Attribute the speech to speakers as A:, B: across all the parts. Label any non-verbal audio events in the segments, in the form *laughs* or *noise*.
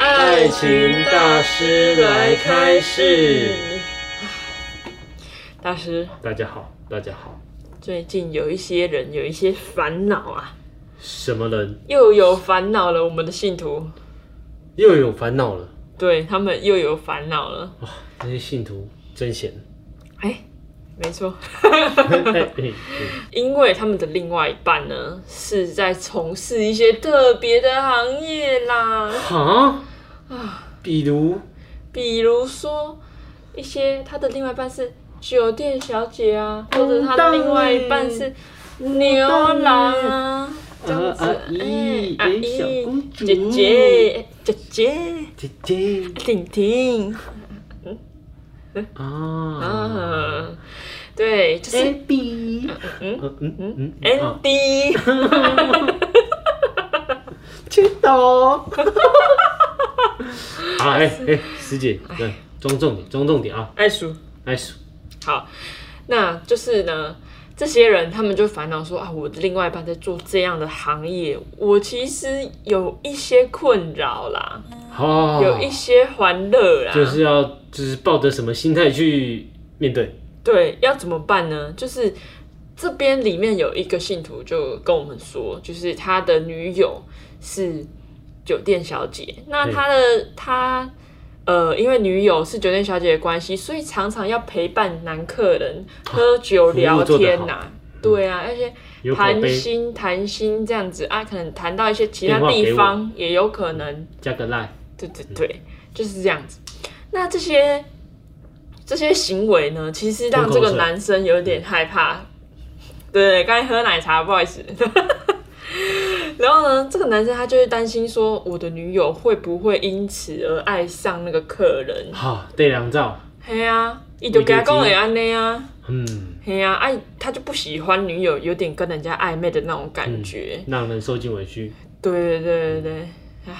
A: 爱情大师来开示。
B: 大师，
A: 大家好，大家好。
B: 最近有一些人有一些烦恼啊，
A: 什么人
B: 又有烦恼了。我们的信徒，
A: 又有烦恼了？
B: 对他们又有烦恼了。
A: 哇、这些信徒真
B: *laughs*
A: 闲。
B: 哎，没错， *laughs*
A: 哎嗯
B: 因为他们的另外一半呢是在从事一些特别的行业啦，
A: 哈比如
B: 比如说一些他的另外一半是酒店小姐啊，或者他
A: 当
B: 的另外一半是牛郎啊。这样子，
A: 啊
B: 哎
A: 阿姨
B: 阿
A: 哎
B: 姨，
A: 小公主
B: 姐姐，姐姐，
A: 姐姐
B: 婷婷
A: 啊
B: 啊，对，就是哎
A: ，baby，嗯嗯哎嗯嗯啊
B: Andy，
A: 知道。
B: *laughs*
A: 好，哎哎，师姐，对，庄重点，庄重点啊，
B: 爱叔。
A: 来数。
B: 好，那就是呢，这些人他们就烦恼说啊，我的另外一半在做这样的行业，我其实有一些困扰啦，
A: 好，
B: 有一些欢乐啦，
A: 哦就是要就是抱着什么心态去面对？
B: 对，要怎么办呢？就是这边里面有一个信徒就跟我们说，就是他的女友是酒店小姐，那他的他。呃，因为女友是酒店小姐的关系，所以常常要陪伴男客人喝酒
A: 服务
B: 聊
A: 做得
B: 天
A: 好嗯
B: 呐、对啊，而且
A: 有口
B: 谈
A: 碑
B: 心谈心这样子啊，可能谈到一些其他
A: 电话给
B: 地
A: 我
B: 方也有可能，
A: 加个赖，
B: 对对对，就是这样子。那这些这些行为呢，其实让
A: 吞
B: 这
A: 口
B: 个
A: 水
B: 男生有点害怕。对，刚才喝奶茶，不好意思。 *laughs* 然后呢，这个男生他就会担心说，我的女友会不会因此而爱上那个客人？
A: 好，对两照，
B: 嘿啊，伊就跟他讲会安尼啊。
A: 嗯，
B: 嘿呀、啊，哎，他就不喜欢女友有点跟人家暧昧的那种感觉。
A: 让人受尽委屈，
B: 对对对对对，哎，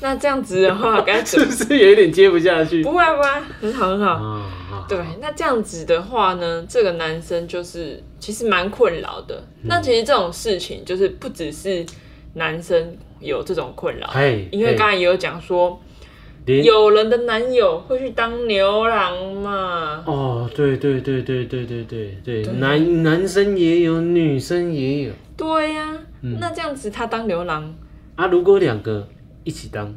B: 那这样子的话该怎
A: *laughs* 是
B: 么？ *laughs*
A: 不是有一点接不下去？
B: 不会不会，很好很
A: 啊
B: 好。
A: 啊，
B: 对，那这样子的话呢，这个男生就是其实蛮困扰的。
A: 嗯
B: 那其实这种事情就是不只是男生有这种困扰，
A: 嘿，
B: 因为
A: 嘿
B: 刚才也有讲说，
A: 连
B: 有人的男友会去当牛郎嘛。
A: 哦，对对对对对对对对，男男生也有，女生也有
B: 对呀、
A: 嗯
B: 那这样子他当牛郎
A: 啊。如果两个一起当，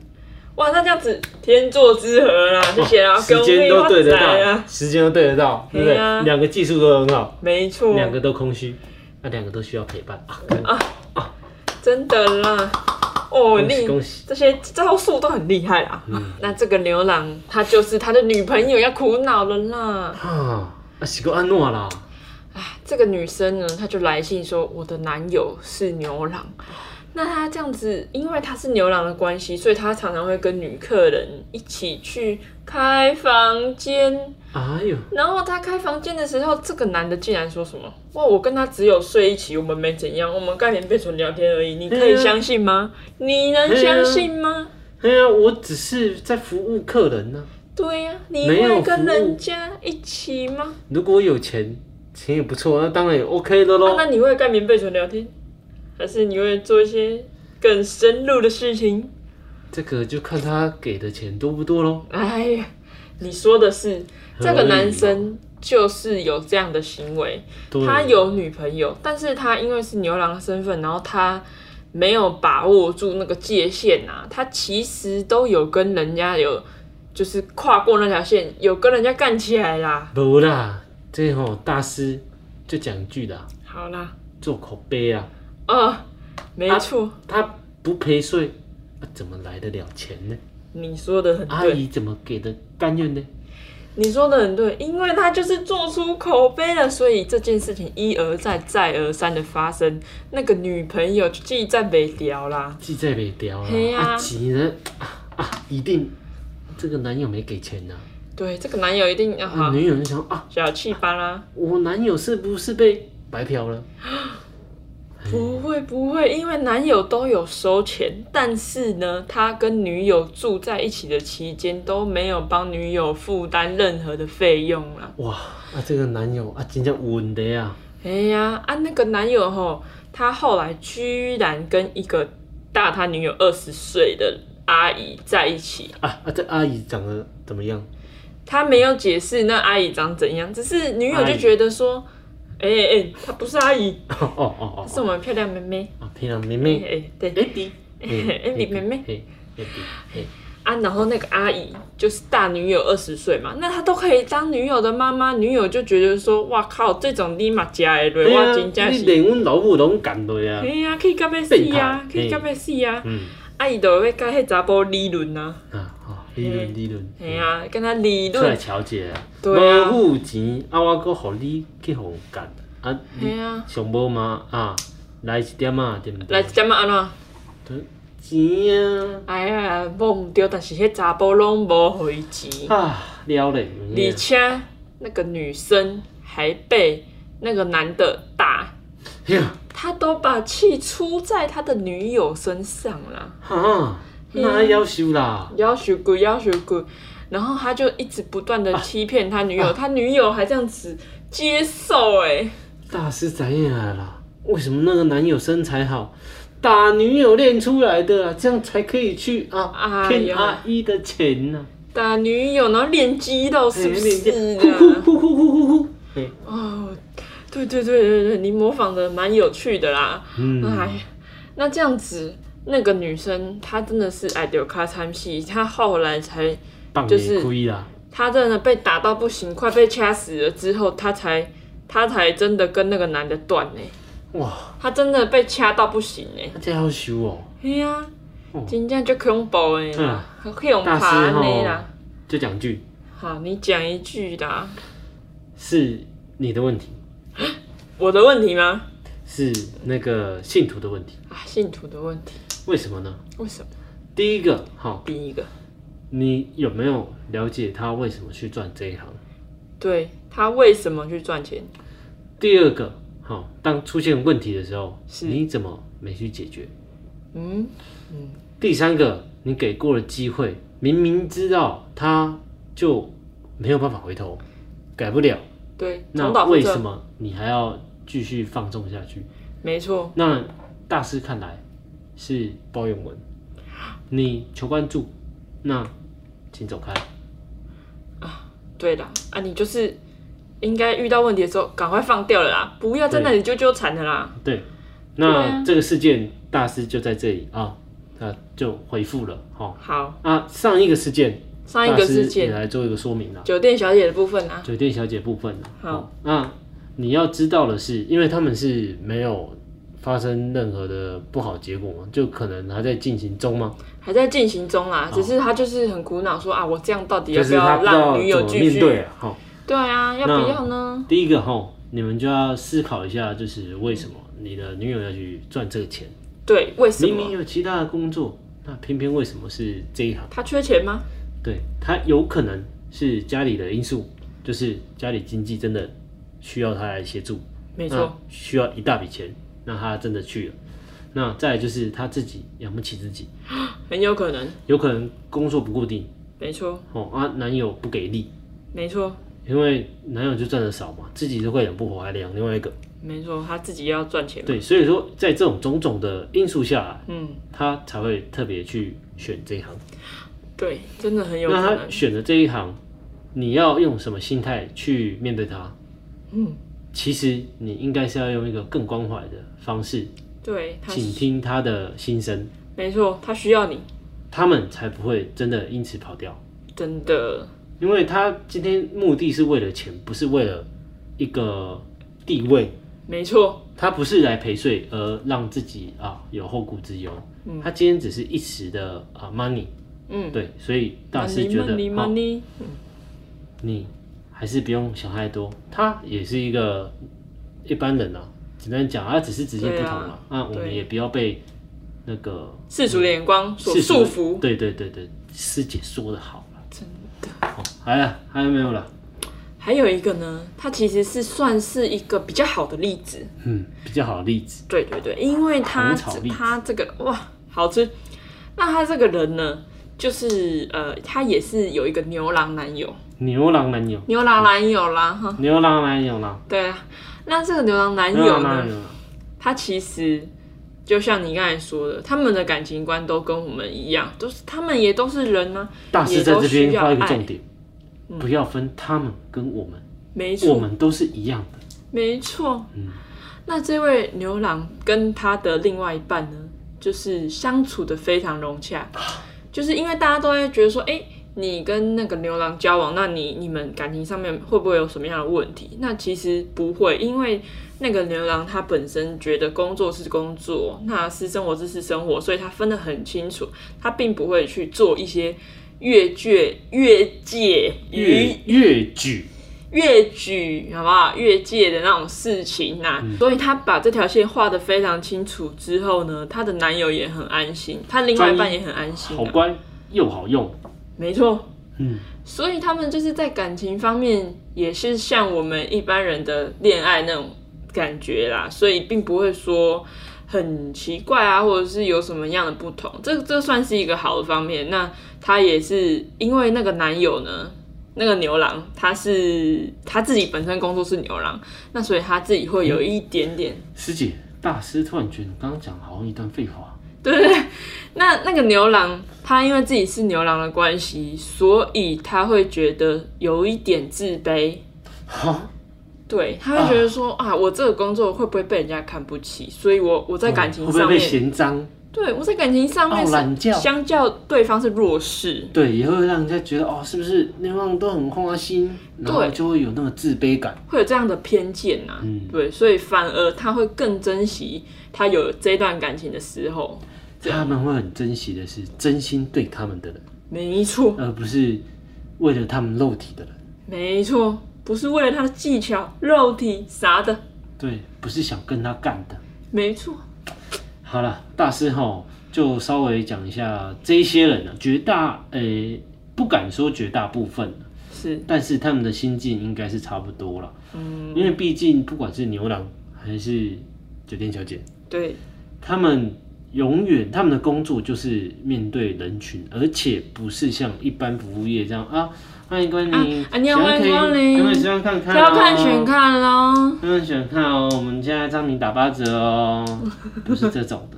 B: 哇，那这样子天作之合啦，啊谢谢啦，
A: 时间
B: 恭
A: 都
B: 喜
A: 对得
B: 发财啦
A: 到，，时间都对得到，对不对
B: 嘿啊？
A: 两个技术都很好，
B: 没错，
A: 两个都空虚，那两个都需要陪伴啊。
B: 真的啦，哦，
A: 恭喜
B: 厉
A: 恭喜嗯
B: 这些招数都很厉害啦。那这个牛郎他就是他的女朋友要苦恼了啦。
A: 啊，啊是个安诺啦，
B: 这个女生呢，她就来信说，我的男友是牛郎。那他这样子，因为他是牛郎的关系，所以他常常会跟女客人一起去开房间。
A: 哎呦，
B: 然后他开房间的时候，这个男的竟然说什么：“哇，我跟他只有睡一起，我们没怎样，我们盖棉被纯聊天而已。”你可以相信吗？
A: 嗯
B: 你能相信吗？
A: 哎呀，我只是在服务客人呢、
B: 对呀、你
A: 没有
B: 会
A: 服务
B: 跟人家一起吗？
A: 如果有钱，钱也不错，那当然也 OK 的
B: 啊
A: 喽。
B: 那你会盖棉被纯聊天，还是你会做一些更深入的事情？
A: 这个就看他给的钱多不多喽。
B: 哎呀，你说的是这个男生就是有这样的行为，
A: 对
B: 他有女朋友，但是他因为是牛郎的身份，然后他没有把握住那个界限啊，他其实都有跟人家有就是跨过那条线，有跟人家干起来啦。
A: 无啦，这吼、大师就讲一句啦，
B: 好啦，
A: 做口碑啊，
B: 哦，没错，
A: 他不陪睡，啊、怎么来得了钱呢？
B: 你说的很
A: 阿
B: 对，
A: 姨怎么给的甘愿呢？
B: 你说的很对，因为他就是做出口碑了，所以这件事情一而再、再而三的发生，那个女朋友就记在北掉啦。
A: 记在北掉
B: 嘿
A: 了，
B: 啊
A: 啊急呢啊啊，一定这个男友没给钱呐、
B: 对，这个男友一定要
A: 啊，
B: 好
A: 女友就想啊，
B: 小气巴拉。
A: 我男友是不是被白嫖了？
B: 不会不会，因为男友都有收钱，但是呢，他跟女友住在一起的期间都没有帮女友负担任何的费用啦。
A: 哇，啊这个男友啊，真正稳的呀、
B: 哎呀，啊那个男友吼，他后来居然跟一个大他女友二十岁的阿姨在一起，
A: 啊啊！这阿姨长得怎么样？ *laughs*
B: 他没有解释那阿姨长怎样，只是女友就觉得说，哎哎、欸她不是阿姨，
A: 哦哦哦
B: 是我们漂亮妹妹，
A: 哦，漂亮妹
B: 哎、
A: 妹，
B: 欸、对，
A: 艾比，
B: 艾比妹妹
A: 嘿，艾比，嘿，
B: 啊，然后那个阿姨就是大女友二十岁嘛，那她都可以当女友的妈妈，女友就觉得说，哇靠，这种立马加的
A: 哎
B: 瑞，哇，真
A: 呀，
B: 正
A: 你
B: 是，
A: 连阮老母拢干落啊
B: 哎！呀、可以干咩死啊，
A: 变态
B: 可以干咩死啊，
A: 嗯
B: 阿姨都会跟迄查甫理论啊，
A: 啊，哦，理论理论，
B: 哎呀、跟他理
A: 嗯出来
B: 论，
A: 调解啊！
B: 对啊
A: 无有钱，啊，我搁互你去互干，啊，
B: 哎
A: 你
B: 呀、
A: 上无嘛啊，来一点啊，对毋
B: 来
A: 对
B: 一？点仔安怎？
A: 钱啊
B: 哎呀，摸毋对，但是迄查甫拢无互伊钱，
A: 啊，啊，了嘞，啊
B: 而且那个女生还被那个男的打，
A: 呀，
B: 他都把气出在他的女友身上啦，
A: 哈，
B: 啊
A: 那要收啦，
B: 要求过，要求过，然后他就一直不断的欺骗他女
A: 啊
B: 友，他女友还这样子接受、哎，
A: 大师怎样啦？为什么那个男友身材好，打女友练出来的啊，这样才可以去啊
B: 哎
A: 骗
B: 呀
A: 阿姨的钱呢、
B: 打女友，然后练肌肉，是不是
A: 哎
B: 啊？
A: 呼呼呼呼呼呼呼，哎
B: 哦，对对对对对，你模仿的蛮有趣的啦。哎
A: 嗯，，
B: 那这样子，那个女生她真的是爱丢卡参戏，她后来才，
A: 棒
B: 就
A: 也
B: 是
A: 亏啦，
B: 她真的被打到不行，快被掐死了之后，她才，她才真的跟那个男的断呢、
A: 哇，
B: 她真的被掐到不行呢、
A: 那这要修哦，
B: 嘿呀、
A: 哦嗯
B: 真正就恐怖诶、啦，可以用
A: 大
B: 爬
A: 师
B: 呢
A: 吼
B: 啦。，
A: 就讲句
B: 好，你讲一句啦。
A: 是你的问题，
B: 我的问题吗？
A: 是那个信徒的问题，
B: 啊，信徒的问题，
A: 为什么呢？
B: 为什么？
A: 第一个，好，
B: 第一个，
A: 你有没有了解他为什么去赚这一行？
B: 对他为什么去赚钱？
A: 第二个，好，当出现问题的时候，
B: 是
A: 你怎么没去解决？
B: 嗯，
A: 第三个，你给过了机会，明明知道他就没有办法回头，改不了，
B: 对，重
A: 那
B: 蹈覆
A: 为什
B: 辙，
A: 么你还要继续放纵下去？
B: 没错，
A: 那大师看来是包永文，你求关注，那请走开。
B: 对啦，啊，你就是应该遇到问题的时候赶快放掉了啦，不要在那里纠纠缠的啦。
A: 对，
B: 对
A: 那
B: 啊
A: 这个事件大师就在这里啊，那就回复了哈。
B: 好，
A: 啊，上一个事件，
B: 上一个事
A: 大师也
B: 件，
A: 来做一个说明了。
B: 酒店小姐的部分啊，
A: 酒店小姐部分啦
B: 好
A: 哦那你要知道的是，因为他们是没有发生任何的不好结果嘛，就可能还在进行中嘛，
B: 还在进行中啦，
A: 哦
B: 只是他就是很苦恼说啊，我这样到底
A: 就
B: 要不
A: 是他
B: 要
A: 不知道
B: 让
A: 怎
B: 女友
A: 么
B: 继
A: 面
B: 续？
A: 对啊。好，
B: 对啊，要
A: 那
B: 不要呢？
A: 第一个哈，你们就要思考一下，就是为什么你的女友要去赚这个钱？
B: 对，为什
A: 明明
B: 么？
A: 有其他的工作，那偏偏为什么是这一行？
B: 他缺钱吗？
A: 对他有可能是家里的因素，就是家里经济真的需要他来协助，
B: 没
A: 那
B: 错，
A: 需要一大笔钱，那他真的去了。那再来就是他自己养不起自己，
B: 很有可能，
A: 有可能工作不固定
B: 没错，
A: 哦啊，男友不给力，
B: 没错，
A: 因为男友就赚的少嘛，自己都快养不活，还养另外一个。
B: 没错，他自己要赚钱嘛。
A: 对，所以说在这种种种的因素下来，
B: 嗯，
A: 他才会特别去选这一行。
B: 对，真的很有可
A: 那他
B: 能。
A: 选的这一行，你要用什么心态去面对他？
B: 嗯，
A: 其实你应该是要用一个更关怀的方式，
B: 对，他
A: 倾听他的心声，
B: 没错，他需要你，
A: 他们才不会真的因此跑掉。
B: 真的。
A: 因为他今天目的是为了钱，不是为了一个地位，
B: 没错，
A: 他不是来陪睡而让自己啊有后顾之忧。他今天只是一时的啊 money，
B: 嗯，
A: 对，所以大师觉得
B: money
A: 哦
B: money，
A: 你还是不用想太多，他也是一个一般人啊。简单讲，他只是职业不同嘛，那、
B: 对啊
A: 我们
B: 对
A: 也不要被那个
B: 世俗的眼光所
A: 世俗
B: 束
A: 的
B: 缚，
A: 对对对对，师姐说的好了。
B: 真的。
A: 哦，还了，还有没有了？
B: 还有一个呢，它其实是算是一个比较好的例子，
A: 嗯，比较好的例子。
B: 对对对，因为他
A: 糖炒栗子
B: 他这个哇好吃，那他这个人呢，就是呃，他也是有一个牛郎男友，
A: 牛郎男友，
B: 牛郎男友啦哈，
A: 牛郎男友啦，
B: 对啊，那这个牛郎男
A: 牛
B: 友
A: 郎
B: 呢
A: 男，友啦，
B: 他其实就像你刚才说的，他们的感情观都跟我们一样，都是他们也都是人啊，
A: 大师在这边画
B: 也都
A: 一个
B: 需要爱
A: 重点，不要分他们跟我们，
B: 没
A: 我
B: 错，
A: 们都是一样的。
B: 没错。
A: 嗯
B: 那这位牛郎跟他的另外一半呢，就是相处的非常融洽，就是因为大家都会觉得说，哎、你跟那个牛郎交往，那你你们感情上面会不会有什么样的问题？那其实不会，因为那个牛郎他本身觉得工作是工作，那私生活是私生活，所以他分得很清楚，他并不会去做一些越界越界于
A: 越越举
B: 越矩，好不好？越界的那种事情啊呐、所以她把这条线画得非常清楚之后呢，她的男友也很安心，她另外一半也很安心、
A: 好
B: 啊。
A: 乖又好用，
B: 没错，
A: 嗯，
B: 所以他们就是在感情方面也是像我们一般人的恋爱那种感觉啦，所以并不会说很奇怪啊，或者是有什么样的不同。这这算是一个好的方面。那她也是因为那个男友呢，那个牛郎，他是他自己本身工作是牛郎，那所以他自己会有一点点 *laughs*
A: 师姐，大师突然觉得你刚刚讲好像一段废话，
B: 对对对，那那个牛郎，他因为自己是牛郎的关系，所以他会觉得有一点自卑。
A: 哈，
B: 对，他会觉得说啊我这个工作会不会被人家看不起？所以我我在感情
A: 哦会不会
B: 上
A: 被
B: 面，
A: 嫌脏？
B: 对我在感情上面
A: 哦懒
B: 是
A: 觉
B: 相较对方是弱势。
A: 对，也会让人家觉得哦，是不是那样都很花心，然后
B: 对
A: 就会有那个自卑感。
B: 会有这样的偏见呐、
A: 嗯
B: 对，所以反而他会更珍惜他有这段感情的时候，对
A: 他们会很珍惜的是真心对他们的人，
B: 没错，
A: 而不是为了他们肉体的人。
B: 没错，不是为了他的技巧、肉体啥的，
A: 对，不是想跟他干的。
B: 没错，
A: 好了，大师吼，就稍微讲一下这一些人呢、绝大呃、不敢说绝大部分，
B: 是
A: 但是他们的心境应该是差不多了。嗯，因为毕竟不管是牛郎还是酒店小姐，
B: 对，
A: 他们永远他们的工作就是面对人群，而且不是像一般服务业这样啊，欢迎光临，
B: 啊啊你好
A: 喜欢
B: 欢迎
A: 可以
B: 光临
A: 有没有喜欢看看、哦？
B: 挑看选看喽，
A: 他们喜欢看哦，我们现在商品打八折
B: *laughs*
A: 哦，不是这种的，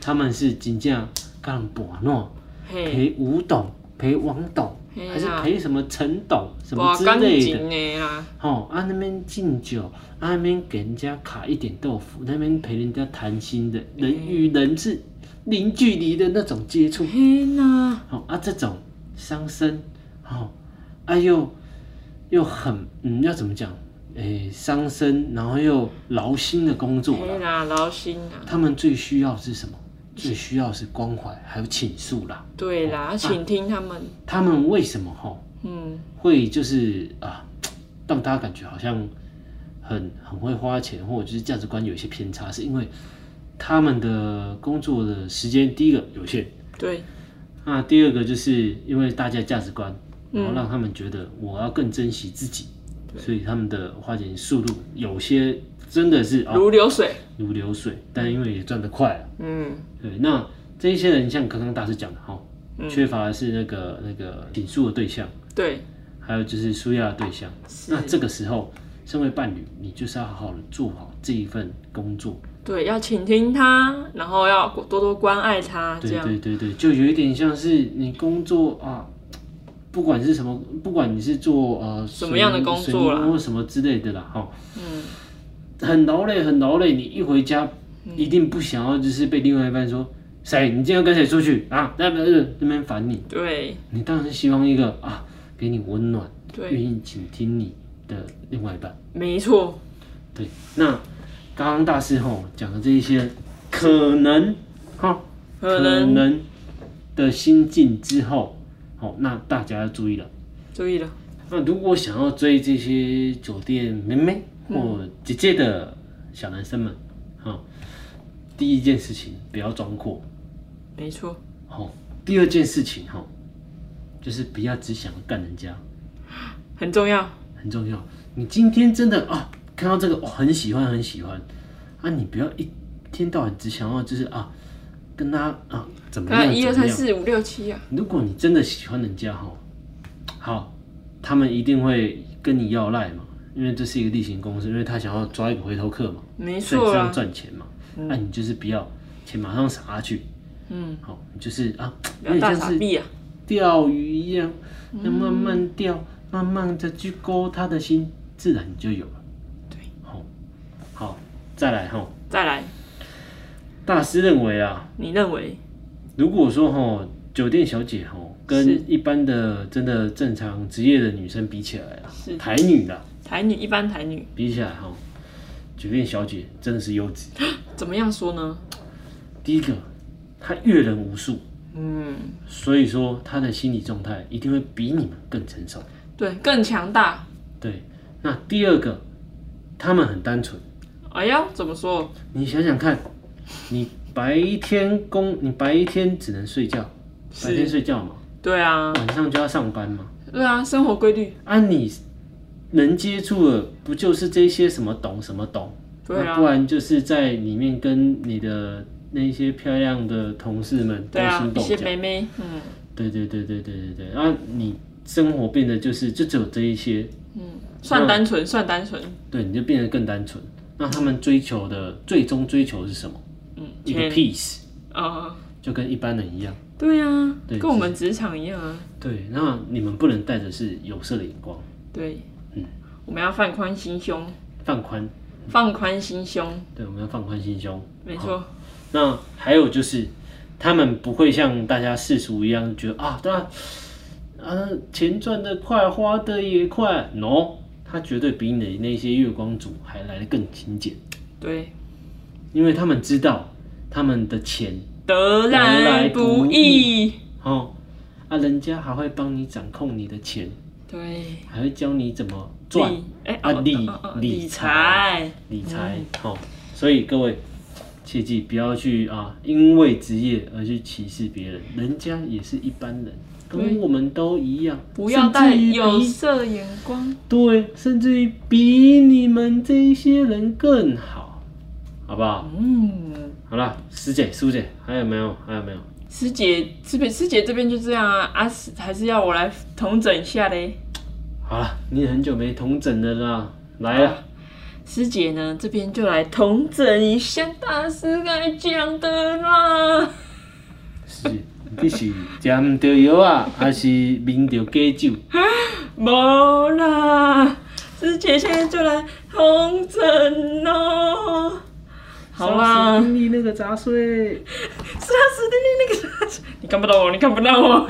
A: 他们是金价干博诺
B: 嘿，
A: 陪吴董陪王董，
B: 嘿啦
A: 还是陪什么陈董什么
B: 哇，
A: 之
B: 干
A: 类的，
B: 净的啦，
A: 哦，啊那边敬酒，啊那边给人家卡一点豆腐，那边陪人家谈心的，人与人是零距离的那种接触，
B: 嘿啦，
A: 哦啊这种伤身，哦，啊又又很嗯要怎么讲？诶，伤身，然后又劳心的工作
B: 嘿
A: 啦。
B: 啦，劳心啊啦，
A: 他们最需要的是什么？最需要的是关怀，还有倾诉啦。
B: 对
A: 哦
B: 啦，请听他们，
A: 他们为什么吼
B: 嗯，
A: 会就是啊，让大家感觉好像很很会花钱，或者就是价值观有一些偏差，是因为他们的工作的时间第一个有限，
B: 对，
A: 那第二个就是因为大家价值观，
B: 嗯
A: 然后让他们觉得我要更珍惜自己，所以他们的花钱速度有些真的是啊
B: 如流水，
A: 如流水，但因为也赚得快啊，
B: 嗯，
A: 对，那这一些人像刚刚大师讲的哈，缺乏的是那个那个倾诉的对象，
B: 嗯对，
A: 还有就是舒压的对象。
B: 是
A: 那，这个时候，身为伴侣，你就是要好好的做好这一份工作。
B: 对，要倾听他，然后要多多关爱他，啊这
A: 对
B: 样，
A: 对对对，就有一点像是你工作啊，不管是什么，不管你是做呃
B: 什么样的
A: 水泥
B: 工作
A: 水泥
B: 啦
A: 工或什么之类的啦，哈，
B: 嗯，
A: 很劳累，很劳累。你一回家，
B: 嗯
A: 一定不想要就是被另外一半说。谁？你今天要跟谁出去啊？那边那边烦你，
B: 对，
A: 你当然是希望一个啊，给你温暖、愿
B: 对，
A: 意倾听你的另外一半。
B: 没错，
A: 对，那刚刚大师吼讲的这一些，可能哈，
B: 可能
A: 能的心境之后，好，那大家要注意了。
B: 注意了，
A: 那如果想要追这些酒店妹妹
B: 嗯
A: 或姐姐的小男生们，好，第一件事情不要装阔，
B: 没错，
A: 好，第二件事情哈，就是不要只想要干人家。
B: 很重要，
A: 很重要。你今天真的啊，看到这个哦，很喜欢，很喜欢啊！你不要一天到晚只想要就是啊，跟他啊怎么
B: 看
A: 样
B: 一二
A: 怎
B: 三
A: 么样。
B: 四五六七啊，
A: 如果你真的喜欢人家哈，好，他们一定会跟你要赖嘛，因为这是一个例行公事，因为他想要抓一个回头客嘛，
B: 没
A: 所以
B: 错啊嗯
A: 这
B: 啦
A: 啊样，赚钱嘛。那、你就是不要钱马上撒下去，
B: 嗯，
A: 好、就是啊，
B: 不
A: 有
B: 要大
A: 点
B: 傻
A: 像是
B: 逼啊，
A: 钓鱼一样，要
B: 嗯
A: 慢慢钓，慢慢的去勾他的心，自然你就有了。
B: 对，
A: 好、好，再来哈、
B: 再来，
A: 大师认为啊，
B: 你认为
A: 如果说哈、酒店小姐哈、
B: 是
A: 跟一般的真的正常职业的女生比起来啊
B: 是，
A: 台女啦
B: 台女一般台女
A: 比起来哈、酒店小姐真的是优质。
B: 怎么样说呢？
A: 第一个，她阅人无数，
B: 嗯，
A: 所以说她的心理状态一定会比你们更成熟。
B: 对，更强大。
A: 对，那第二个，他们很单纯。
B: 哎呀，怎么说？
A: 你想想看，你白天工，你白天只能睡觉，白天
B: 是，
A: 睡觉嘛，
B: 对啊，
A: 晚上就要上班嘛。
B: 对啊，生活规律，
A: 啊，你能接触的不就是这些什么懂什么懂？
B: 对
A: 那
B: 啊
A: 不，然就是在里面跟你的那些漂亮的同事们斗
B: 对啊
A: 手，
B: 一
A: 斗
B: 些
A: 脚。
B: 妹妹，嗯，
A: 对对对对对对对，啊，你生活变得就是就只有这一些，
B: 算单纯，算单纯，
A: 对，你就变得更单纯。那他们追求的最终追求是什么？
B: 嗯，
A: 一个
B: 钱
A: peace，
B: 啊，
A: 就跟一般人一样。
B: 对啊，
A: 对
B: 跟我们职场一样啊，
A: 对，那你们不能带着是有色的眼光，
B: 对，
A: 嗯
B: 我们要放宽心胸，
A: 放宽。
B: 放宽心胸，
A: 对，我们要放宽心胸。
B: 没错，
A: 那还有就是，他们不会像大家世俗一样觉得啊，当然，啊，钱赚得快，花得也快。No，他绝对比你的那些月光族还来得更勤俭，
B: 对，
A: 因为他们知道他们的钱
B: 得
A: 得来
B: 来
A: 不
B: 不易，
A: 哦，啊，人家还会帮你掌控你的钱，
B: 对，
A: 还会教你怎么赚
B: 理，哎，
A: 啊
B: 哦
A: 理
B: 哦哦
A: 理
B: 理财，
A: 理财。
B: 嗯
A: 好、所以各位切记不要去啊，因为职业而去歧视别人，人家也是一般人，跟
B: 对
A: 我们都一样，
B: 不要
A: 甚
B: 带
A: 至于
B: 有
A: 比
B: 色眼光，
A: 对，甚至于比你们这一些人更好，好不好？
B: 嗯。
A: 好啦，师姐、苏姐，还有没有？还有没有？
B: 师姐这边，师姐这边就这样啊，啊，是还是要我来统整一下嘞。
A: 好了，你也很久没同诊了啦，来了，
B: 师姐呢，这边就来统整一下大师该讲的啦。
A: 师姐，你是食唔到药啊，还是啉到假酒？
B: 没啦，师姐现在就来统整咯。好啦，
A: 收拾你那个杂碎。
B: 是啊，是的，你那个，你看不到我，你看不到我。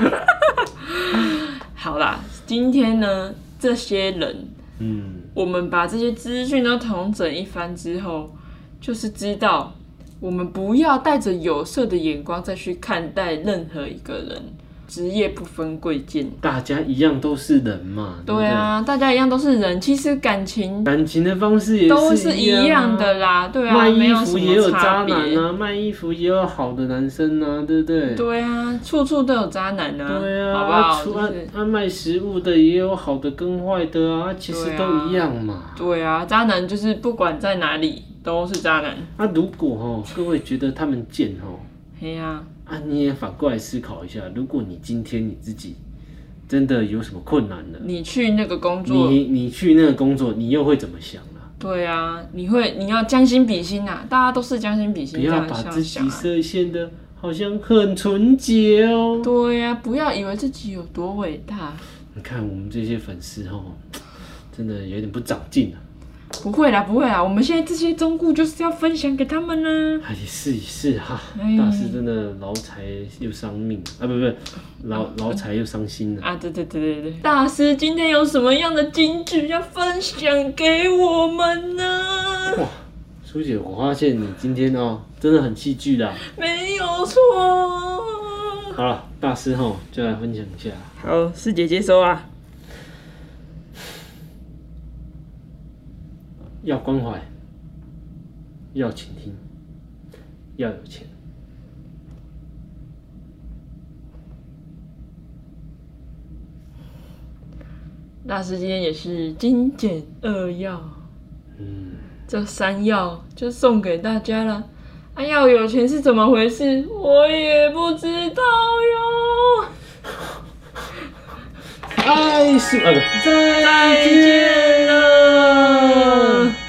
B: 好啦，今天呢，这些人
A: 嗯，
B: 我们把这些资讯都统整一番之后，就是知道我们不要带着有色的眼光再去看待任何一个人，职业不分贵贱。
A: 大家一样都是人嘛，对不
B: 对
A: 嗯对，
B: 啊，大家一样都是人，其实感情
A: 感情的方式也
B: 都
A: 是
B: 是一
A: 啊
B: 样的。啦。对啊，
A: 卖
B: 没
A: 衣
B: 有什
A: 服也有
B: 么
A: 渣
B: 差别。
A: 男啊，卖衣服也有好的男生啊，对不对？
B: 对啊，处处都有渣男啊，
A: 对啊，
B: 好不好？
A: 除
B: 就
A: 啊
B: 是，
A: 他卖食物的也有好的跟坏的啊，其实
B: 对啊
A: 都一样嘛。
B: 对啊，渣男就是不管在哪里都是渣男。
A: 那如果哦，各位觉得他们贱哦，
B: 嘿哎呀、
A: 啊，你也反过来思考一下，如果你今天你自己真的有什么困难了，
B: 你去那个工作，
A: 你你去那个工作，你又会怎么想啊？
B: 对啊，你会你要将心比心呐、大家都是将心比
A: 不
B: 心这
A: 要
B: 样
A: 把
B: 想
A: 自己
B: 想、啊。
A: 设限的，好像很纯洁哦。
B: 对呀、不要以为自己有多伟大，
A: 你看我们这些粉丝哦，真的有点不长进啊。
B: 不会啦，不会啦，我们现在这些忠固就是要分享给他们啊呢、
A: 哎，是是哈
B: 哎，
A: 大师真的劳财又伤命啊，不不，劳劳财又伤心了。
B: 啊。对对对对对，大师今天有什么样的金句要分享给我们呢？
A: *laughs* 哇，苏姐，我发现你今天哦，真的很戏剧啦。
B: 没有错。
A: 好了，大师哦，就来分享一下。
B: 好，师姐接收啊。
A: 要关怀，要倾听，要有钱。
B: 大师今天也是精简扼要。
A: 嗯，
B: 这三要就送给大家了。啊，要有钱是怎么回事？我也不知道哟。
A: 爱是呃，
B: 再见了。